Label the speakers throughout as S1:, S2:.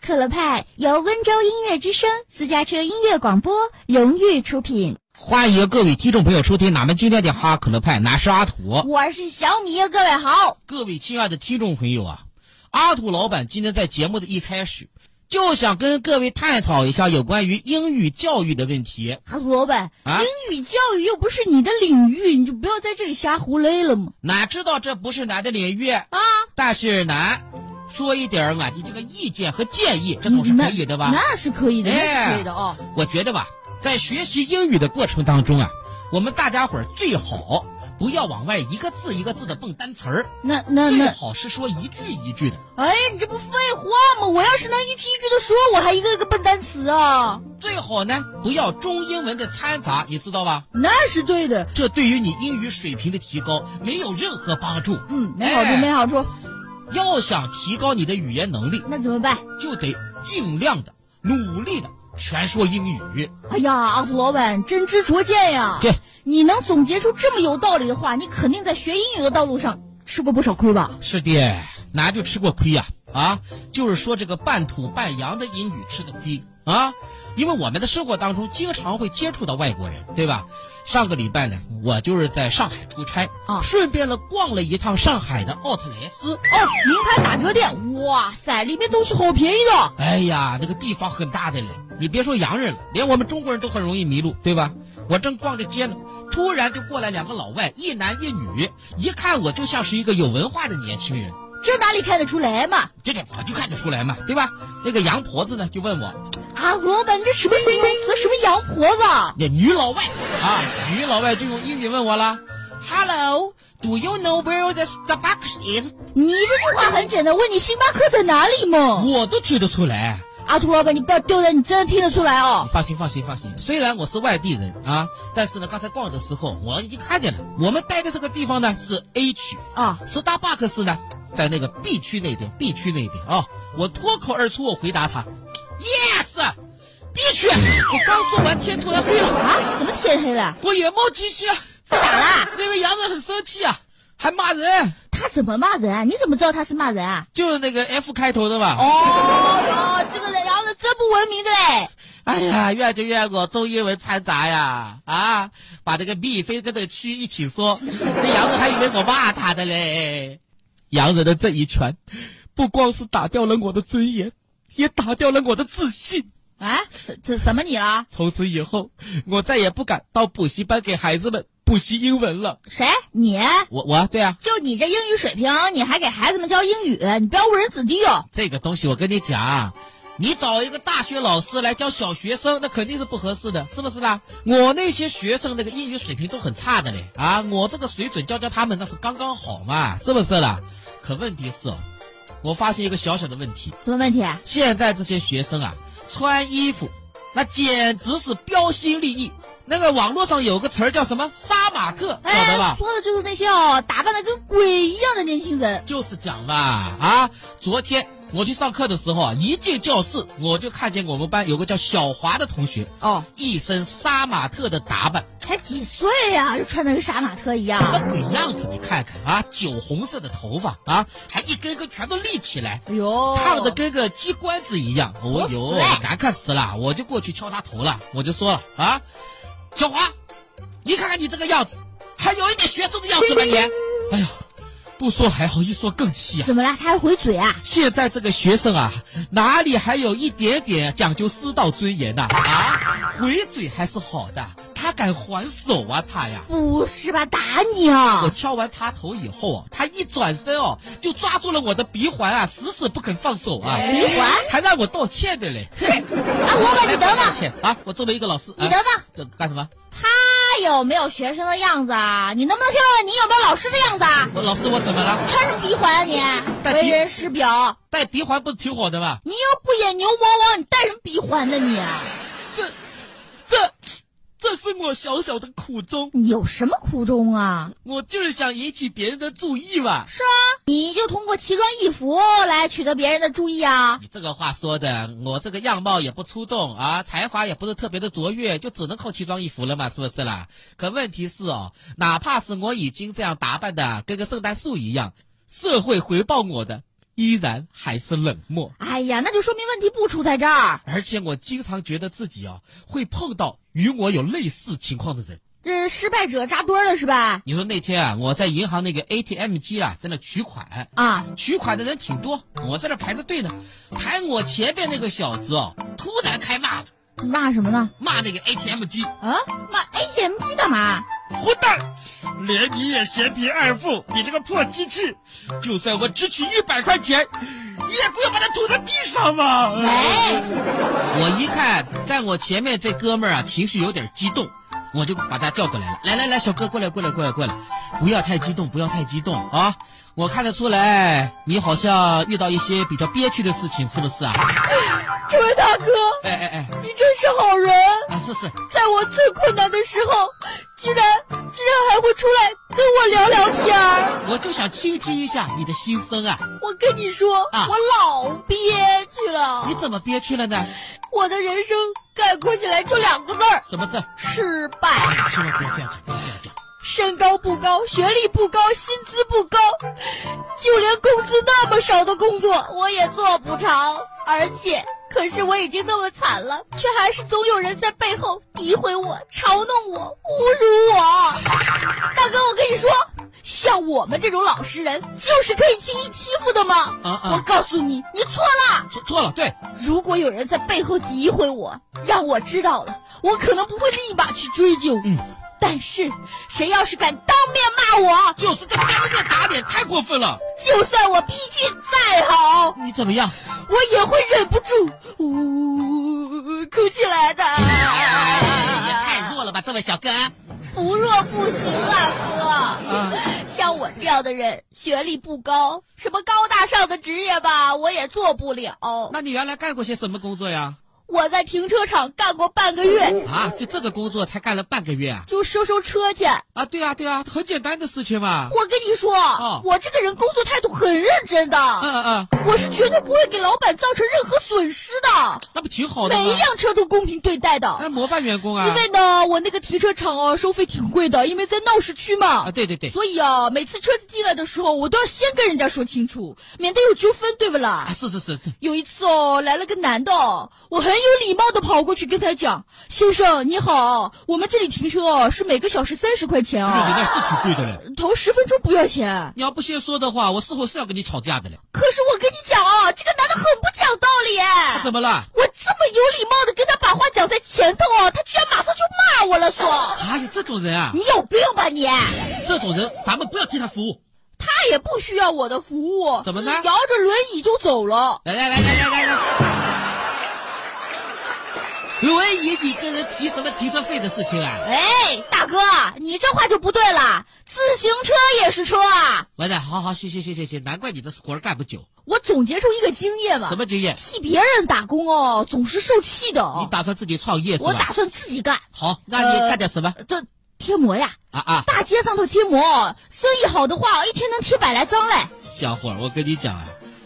S1: 可乐派由温州音乐之声私家车音乐广播荣誉出品。
S2: 欢迎各位听众朋友收听咱们今天的哈可乐派，俺是阿土。
S1: 我是小米，各位好。
S2: 各位亲爱的听众朋友啊，阿土老板今天在节目的一开始，就想跟各位探讨一下有关于英语教育的问题。
S1: 阿土老板，
S2: 啊
S1: 英语教育又不是你的领域，你就不要在这里瞎胡勒了嘛。
S2: 俺知道这不是咱的领域，
S1: 啊，
S2: 但是俺说一点儿俺的这个意见和建议，这总是可以的吧？
S1: 那是可以嗯的，那
S2: 哎
S1: 是可以的啊。
S2: 我觉得吧，在学习英语的过程当中啊，我们大家伙儿最好不要往外一个字一个字的蹦单词儿，
S1: 那嗯那
S2: 最
S1: 那，
S2: 好是说一句一句的。
S1: 哎，你这不废话吗？我要是能一句一句的说，我还一个一个笨单词啊。
S2: 最好呢，不要中英文的掺杂，你知道吧？
S1: 那是对的，
S2: 这对于你英语水平的提高没有任何帮助。
S1: 嗯，没好处，
S2: 哎
S1: 没好处。
S2: 要想提高你的语言能力，
S1: 那怎么办？
S2: 就得尽量的、努力的全说英语。
S1: 哎呀，阿土老板真知灼见呀！
S2: 对，
S1: 你能总结出这么有道理的话，你肯定在学英语的道路上吃过不少亏吧？
S2: 是的，哪就吃过亏呀、啊？就是说这个半土半洋的英语吃的亏啊，因为我们的生活当中经常会接触到外国人，对吧？上个礼拜呢，我就是在上海出差
S1: 啊
S2: 顺便了逛了一趟上海的奥特莱斯。
S1: 哦，名牌打折店，哇塞，里面东西好便宜的。
S2: 哎呀，那个地方很大的嘞，你别说洋人了，连我们中国人都很容易迷路，对吧？我正逛着街呢，突然就过来两个老外，一男一女，一看我就像是一个有文化的年轻人，
S1: 这哪里看得出来嘛？
S2: 这点我就看得出来嘛，对吧？那个洋婆子呢，就问我，
S1: 阿土老板，啊你这什么形容词？什么洋婆子？
S2: 那女老外啊，女老外就用英语问我了，Hello，do you know where the Starbucks is？
S1: 你这句话很简单，问你星巴克在哪里嘛？
S2: 我都听得出来。
S1: 阿土老板，你不要丢人，你真的听得出来哦。
S2: 放心，放心，放心。虽然我是外地人啊，但是呢，刚才逛的时候我已经看见了，我们待的这个地方呢是 A 区
S1: 啊，
S2: ，Starbucks 呢在那个 B 区那边，B 区那边啊。我脱口而出，我回答他，Yes，B 区。我刚说完，天突然黑了，
S1: 啊，怎么天黑了？
S2: 我眼冒金星，啊
S1: 咋啦？
S2: 那个洋人很生气啊，还骂人，
S1: 他怎么骂人啊？你怎么知道他是骂人啊？
S2: 就是那个 F 开头的
S1: 哦
S2: 吧。
S1: 哟，这个人洋人真不文明的嘞。
S2: 哎呀，怨就怨我中英文掺杂呀，啊，把这个 B 非跟这个区一起说，那杨子还以为我骂他的嘞。洋人的这一拳，不光是打掉了我的尊严，也打掉了我的自信。
S1: 啊，怎怎怎么你了？
S2: 从此以后，我再也不敢到补习班给孩子们补习英文了。
S1: 谁？你？
S2: 我我对啊，
S1: 就你这英语水平，你还给孩子们教英语？你不要误人子弟哦！
S2: 这个东西我跟你讲，你找一个大学老师来教小学生，那肯定是不合适的，是不是啦？我那些学生那个英语水平都很差的嘞，啊，我这个水准教教他们那是刚刚好嘛，是不是啦？可问题是，哦我发现一个小小的问题，
S1: 什么问题？哎
S2: 现在这些学生啊，穿衣服那简直是标新立异。那个网络上有个词儿叫什么“杀马特”，晓得
S1: 哎，
S2: 吧？
S1: 说的就是那些哦，打扮的跟鬼一样的年轻人。
S2: 就是讲嘛啊！昨天我去上课的时候啊，一进教室我就看见我们班有个叫小华的同学，
S1: 哦，
S2: 一身杀马特的打扮，
S1: 才几岁呀、就穿的跟杀马特一
S2: 什么
S1: 样。
S2: 鬼样子？你看看啊，酒红色的头发啊，还一根根全都立起来。
S1: 哎呦，
S2: 烫的跟个鸡冠子一样，哦
S1: 死
S2: 呦
S1: 嘞，
S2: 难看死了！我就过去敲他头了，我就说了啊，小华，你看看你这个样子，还有一点学生的样子吧你？哎呀，不说还好，一说更气啊！
S1: 怎么了？他还回嘴啊？
S2: 现在这个学生啊，哪里还有一点点讲究师道尊严呐、啊？回嘴还是好的，他敢还手啊，他呀！
S1: 不是吧？打你
S2: 我
S1: 啊！
S2: 敲完他头以后啊，他一转身哦，就抓住了我的鼻环啊，死死不肯放手啊！
S1: 哎鼻环
S2: 还让我道歉的 嘞！
S1: 啊，老板，你等
S2: 道
S1: 等，
S2: 歉啊！我作为一个老师，
S1: 你
S2: 啊
S1: 等等，
S2: 这干什么？
S1: 他有没有学生的样子啊？你能不能先问问你有没有老师的样子啊？
S2: 我老师我怎么了？
S1: 穿什么鼻环啊你？
S2: 戴
S1: 为
S2: 鼻
S1: 人师表。
S2: 戴鼻环不是挺好的吗？
S1: 你又不演牛魔王，你戴什么鼻环呢你？
S2: 这，这，这是我小小的苦衷，
S1: 你有什么苦衷啊？
S2: 我就是想引起别人的注意嘛。
S1: 是啊，你就通过奇装异服来取得别人的注意啊？
S2: 你这个话说的，我这个样貌也不出众啊，才华也不是特别的卓越，就只能靠奇装异服了嘛，是不是啦？可问题是哦，哪怕是我已经这样打扮的跟个圣诞树一样，社会回报我的依然还是冷漠。
S1: 哎呀，那就说明问题不出在这儿。
S2: 而且我经常觉得自己啊会碰到与我有类似情况的人。
S1: 这失败者扎堆儿了是吧？
S2: 你说那天啊，我在银行那个 ATM 机啊，在那取款，
S1: 啊，
S2: 取款的人挺多，我在那排着队呢，排我前面那个小子哦，突然开骂了，
S1: 骂什么呢？
S2: 骂那个 ATM 机
S1: 啊，骂 ATM 机干嘛？
S2: 混蛋，连你也嫌贫爱富，你这个破机器！就算我只取一百块钱，你也不要把它吐在地上嘛！
S1: 喂，
S2: 我一看，在我前面这哥们儿啊，情绪有点激动，我就把他叫过来了。来来来，小哥，过来过来过来过来，不要太激动，不要太激动啊！我看得出来，你好像遇到一些比较憋屈的事情，是不是啊？
S1: 这位大哥，
S2: 哎哎哎，
S1: 你真是好人，
S2: 啊是是，
S1: 在我最困难的时候，居然居然还会出来跟我聊聊天儿。
S2: 我就想倾听一下你的心声啊！
S1: 我跟你说，
S2: 啊
S1: 我老憋屈了
S2: 你，怎么憋屈了呢？
S1: 我的人生概括起来就两个字儿：
S2: 什么字？
S1: 失败。
S2: 千万不要这样讲，不要这样讲。
S1: 身高不高，学历不高，薪资不高，就连工资那么少的工作我也做不长。而且，可是我已经那么惨了，却还是总有人在背后诋毁我、嘲弄我、侮辱我。大哥，我跟你说，像我们这种老实人，就是可以轻易欺负的嘛。
S2: 啊
S1: 我
S2: 啊，
S1: 告诉你，你错了。
S2: 错错了，对，
S1: 如果有人在背后诋毁我，让我知道了，我可能不会立马去追究。
S2: 嗯，
S1: 但是谁要是敢当面骂我，
S2: 就是这当面打脸太过分了。
S1: 就算我脾气再好，
S2: 你怎么样？
S1: 我也会忍不住呜哭起来的。
S2: 哎呀，太弱了吧，这位小哥
S1: 不弱不行啊，哥。
S2: 啊！
S1: 像我这样的人，学历不高，什么高大上的职业吧，我也做不了。
S2: 那你原来干过些什么工作呀？
S1: 我在停车场干过半个月，
S2: 啊，就这个工作才干了半个月啊？
S1: 就收收车去。
S2: 啊，对啊，对啊，很简单的事情嘛。
S1: 我跟你说，
S2: 啊
S1: 我这个人工作态度很认真的，
S2: 嗯嗯嗯，
S1: 我是绝对不会给老板造成任何损失的，
S2: 那不挺好的
S1: 每一
S2: 吗？
S1: 辆车都公平对待的。
S2: 哎，模范员工
S1: 因
S2: 啊。
S1: 为呢，我那个停车场啊，收费挺贵的，因为在闹市区嘛
S2: 啊，，对对对。
S1: 所以啊，每次车子进来的时候，我都要先跟人家说清楚，免得有纠纷，对不
S2: 啊，
S1: 啦？
S2: 是是是是，
S1: 有一次哦，来了个男的哦，我很有礼貌的跑过去跟他讲：“先生你好，我们这里停车哦是每个小时三十块钱
S2: 那人
S1: 啊，
S2: 家是挺贵的嘞。
S1: 头十分钟不要钱。”
S2: 你要不先说的话，我事后是要跟你吵架的嘞。
S1: 可是我跟你讲啊，这个男的很不讲道理哎。
S2: 怎么了？
S1: 我这么有礼貌的跟他把话讲在前头哦，他居然马上就骂我了，说
S2: 啊，你这种人啊，
S1: 你有病吧你！
S2: 这种人咱们不要替他服务。
S1: 他也不需要我的服务，
S2: 怎么呢
S1: 摇着轮椅就走了。
S2: 来来来来来来来。轮椅，你跟人提什么停车费的事情啊？
S1: 哎，大哥，你这话就不对了，自行车也是车啊！
S2: 完了，好好，行行行行行，难怪你这活儿干不久。
S1: 我总结出一个经验嘛，
S2: 什么经验？
S1: 替别人打工哦，总是受气的
S2: 你
S1: 哦。
S2: 打算自己创业是吧？
S1: 我打算自己干，
S2: 好，那你干点什么？
S1: 呃这贴膜呀，
S2: 啊啊，
S1: 大街上头贴膜哦，生意好的话，一天能贴百来张嘞。
S2: 小伙儿，我跟你讲啊，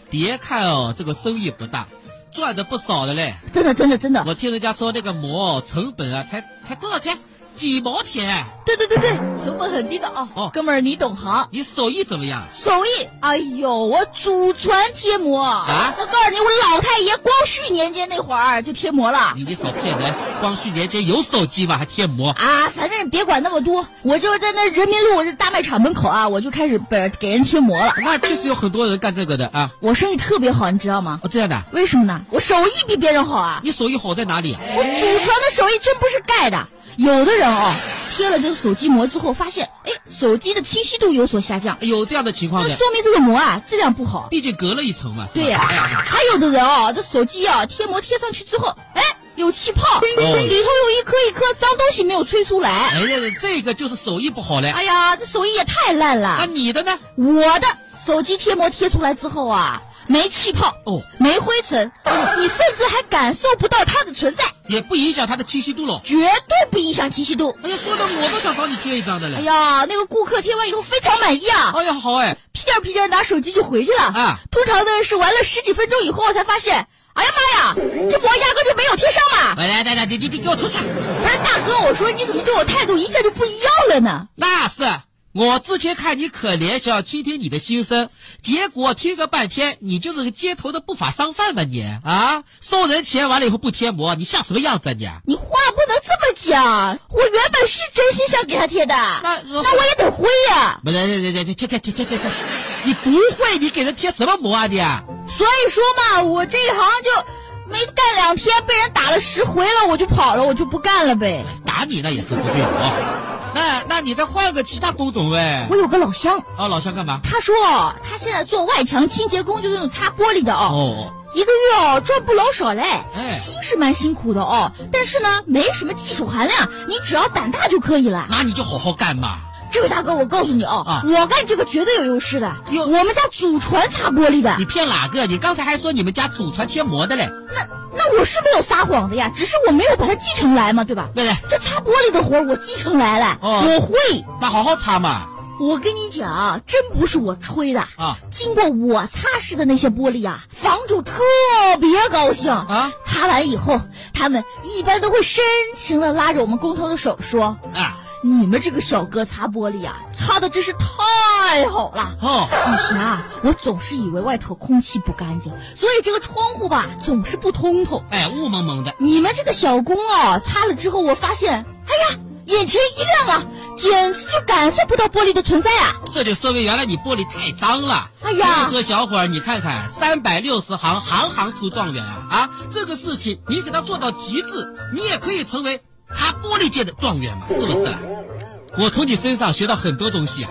S2: 别看哦，这个生意不大，赚的不少的嘞。
S1: 真的，真的，真的，
S2: 我听人家说那个膜哦成本啊，才才多少钱？几毛钱？啊
S1: 对对对对，成本很低的啊。
S2: 哦
S1: 哥们儿，你懂行，
S2: 你手艺怎么样？
S1: 手艺，哎呦，我祖传贴膜
S2: 啊
S1: 我告诉你，我老太爷光绪年间那会儿就贴膜了
S2: 你你少骗人！光绪年间有手机吗？还贴膜？
S1: 啊。反正别管那么多，我就在那人民路这大卖场门口啊，我就开始本给人贴膜了。
S2: 那确实有很多人干这个的啊！
S1: 我生意特别好，你知道吗？
S2: 哦，这样的，
S1: 为什么呢？我手艺比别人好啊。
S2: 你手艺好在哪里啊？
S1: 我祖传的手艺真不是盖的。有的人哦，贴了这个手机膜之后，发现哎，手机的清晰度有所下降，
S2: 有哎这样的情
S1: 那
S2: 况的，
S1: 说明这个膜啊质量不好。
S2: 毕竟隔了一层嘛。是吧
S1: 对呀、
S2: 哎呀
S1: 还有的人哦，这手机啊贴膜贴上去之后，哎，有气泡，里头有一颗一颗脏东西没有吹出来。
S2: 哎呀，这个就是手艺不好嘞。
S1: 哎呀，这手艺也太烂
S2: 那
S1: 了！
S2: 你的呢？
S1: 我的手机贴膜贴出来之后啊，没气泡，
S2: 哦，
S1: 没灰尘，嗯你甚至还感受不到它的存在，
S2: 也不影响它的清晰度喽。
S1: 绝对不影响清晰度。
S2: 哎呀，说的我都想找你贴一张的
S1: 哎
S2: 嘞。
S1: 呀，那个顾客贴完以后非常满意啊，
S2: 哎呀，好哎，
S1: 屁颠儿屁颠儿拿手机就回去了。
S2: 啊，
S1: 通常呢是玩了十几分钟以后才发现，哎呀妈呀，这膜压根就没有贴上嘛！
S2: 来来来来，你你你给我出去！
S1: 不是大哥，我说你怎么对我态度一下就不一样了呢？
S2: 那是我之前看你可怜，想要倾听你的心声，结果听个半天，你就是个街头的不法商贩吧你啊！收人钱完了以后不贴膜，你像什么样子啊你？
S1: 你话不能这么讲，我原本是真心想给他贴的，
S2: 那
S1: 那我也得灰呀、
S2: 不是，这这这这这这这这这，你不会，你给人贴什么膜啊你？
S1: 所以说嘛，我这一行就没干两天，被人打了十回了，我就跑了，我就不干了呗。
S2: 打你那也是不对哦。那那你再换个其他工种呗
S1: 我。有个老乡，
S2: 哦，老乡干嘛？
S1: 他说哦，他现在做外墙清洁工，就是那种擦玻璃的哦，
S2: 哦，
S1: 一个月哦赚不老少嘞，
S2: 哎
S1: 辛是蛮辛苦的哦，但是呢没什么技术含量，你只要胆大就可以了。
S2: 那你就好好干嘛。
S1: 这位大哥，我告诉你哦，
S2: 啊
S1: 我干这个绝对有优势的，
S2: 哟
S1: 我们家祖传擦玻璃的
S2: 你，骗哪个？你刚才还说你们家祖传贴膜的嘞？
S1: 那我是没有撒谎的呀，只是我没有把它继承来嘛，对吧？
S2: 对不对？
S1: 这擦玻璃的活儿我继承来了，
S2: 哦
S1: 我会。
S2: 那好好擦嘛。
S1: 我跟你讲啊，真不是我吹的。
S2: 啊
S1: 经过我擦拭的那些玻璃啊，房主特别高兴。
S2: 啊
S1: 擦完以后，他们一般都会深情的拉着我们工头的手说
S2: 啊！：“
S1: 你们这个小哥擦玻璃啊，擦的真是太好了。”
S2: 哦，
S1: 以前啊，我总是以为外头空气不干净，所以这个窗户吧总是不通透。
S2: 哎，雾蒙蒙的。
S1: 你们这个小工啊，擦了之后，我发现，哎呀，眼前一亮啊，简直就感受不到玻璃的存在啊！
S2: 这就说明原来你玻璃太脏了。
S1: 哎呀
S2: 所以说小伙儿，你看看三百六十行，行行出状元啊啊！这个事情你给他做到极致，你也可以成为擦玻璃界的状元嘛，是不是啦？我从你身上学到很多东西啊，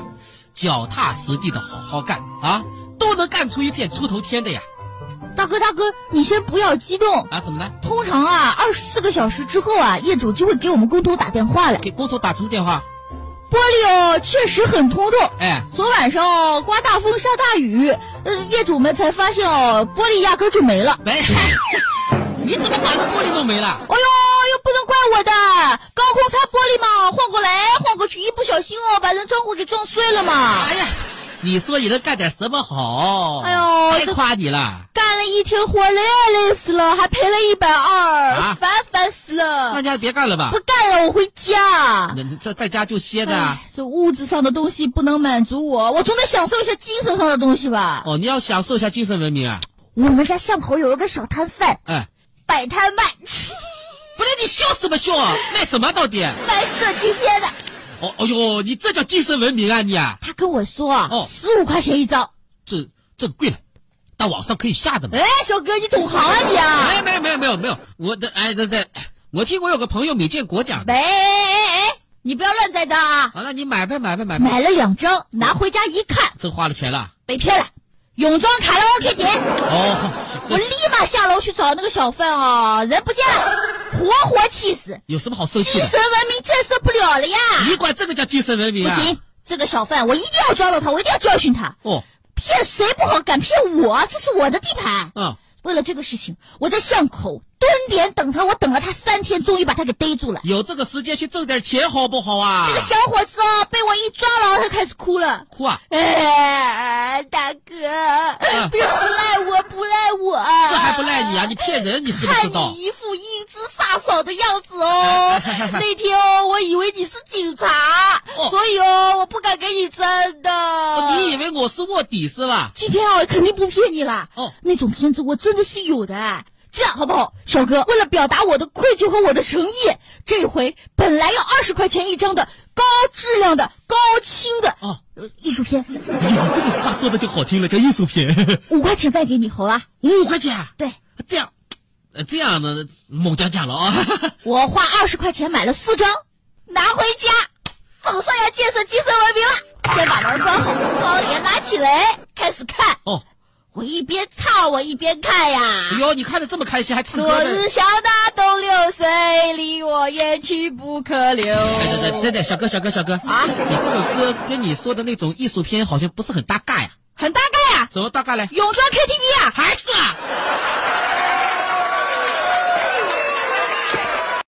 S2: 脚踏实地的好好干啊，都能干出一片出头天的呀！
S1: 大哥，大哥，你先不要激动。
S2: 啊，怎么了？
S1: 通常啊，二十四个小时之后啊，业主就会给我们工头打电话来。
S2: 给工头打什么电话？
S1: 玻璃哦，确实很通透。
S2: 哎，
S1: 昨晚上哦，刮大风下大雨，呃，业主们才发现哦，玻璃压根儿就没了。
S2: 喂， 你怎么把这玻璃弄没了？
S1: 哎呦，又不能怪我的，高空擦玻璃嘛，晃过来晃过去，一不小心哦，把人窗户给撞碎了嘛。
S2: 哎呀，你说你能干点什么好？
S1: 哎呦
S2: 太夸你了。
S1: 干了一天活，累也累死了，还赔了一百二
S2: 啊，
S1: 烦烦死了
S2: 那。家别干了吧
S1: 嗯不，干了，我回家。
S2: 那你在在家就歇着啊。
S1: 哎，这物质上的东西不能满足我，我总得享受一下精神上的东西吧。
S2: 哦，你要享受一下精神文明啊！
S1: 我们家巷口有一个小摊贩，
S2: 哎，
S1: 摆摊卖
S2: 不是你笑什么笑？卖什么到底？
S1: 卖色情片的。
S2: 哦，哎呦，你这叫精神文明啊你啊！
S1: 他跟我说
S2: 哦，
S1: 十五块钱一张。
S2: 这这贵了，到网上可以下的嘛。
S1: 哎，小哥，你懂行啊你啊？
S2: 哎，没有没有没有没有，我的哎这这，我听我有个朋友每建国奖的，
S1: 喂，哎哎哎，你不要乱栽赃啊！
S2: 好了，你买呗买呗买呗，
S1: 买了两张，拿回家一看，
S2: 真花了钱了。
S1: 被骗了。泳装卡拉 OK 碟，
S2: 哦，
S1: 我
S2: 这
S1: 立马下楼去找那个小贩啊，人不见了，活活气哎死。
S2: 有什么好生气
S1: 精
S2: 的？
S1: 神文明震慑不了了呀！
S2: 你管这个叫精神文明
S1: 啊不
S2: 啊？
S1: 行，这个小贩我一定要抓到他，我一定要教训他。
S2: 哦，
S1: 骗谁不好，敢骗我，这是我的地盘。
S2: 嗯，
S1: 为了这个事情，我在巷口蹲点等他，我等了他三天，终于把他给逮住了。
S2: 有这个时间去挣点钱好不好啊
S1: 这？个小伙子哦，被我一抓牢，他开始哭了。
S2: 哭啊！
S1: 哎，大哥，不要不赖我，不赖我，
S2: 这还不赖你啊！你骗人，你知不知
S1: 看
S2: 道
S1: 你？一副英姿飒爽的样子 哦，那天哦，我以为你是警察，
S2: 哦
S1: 所以哦，我不敢给你真的。
S2: 哦你以为我是卧底是吧？
S1: 今天啊，肯定不骗你啦。
S2: 哦
S1: 那种片子我真的是有的。这样好不好，小哥？为了表达我的愧疚和我的诚意，这回本来要二十块钱一张的高质量的高清的、
S2: 哦，
S1: 呃艺术片，
S2: 哎呀，这个话说的就好听了，叫艺术片，
S1: 五块钱卖给你，好吧？
S2: 五块钱啊，
S1: 对，
S2: 这样，呃这样呢，猛讲讲了啊、
S1: 我花二十块钱买了四张，拿回家，总算要建设精神文明了。先把门关好，窗帘拉起来，开始看。
S2: 哦，
S1: 我一边唱，我一边看呀。
S2: 哎呦，你看的这么开心，还唱
S1: 昨
S2: 歌呢。
S1: 日小大东流水，离我远去不可留。
S2: 哎，对对，真的，小哥，小哥，小哥
S1: 啊
S2: 你这个歌跟你说的那种艺术片好像不是很搭嘎呀？
S1: 很大概啊，
S2: 怎么搭嘎嘞？
S1: 泳装 KTV 啊，
S2: 孩子啊，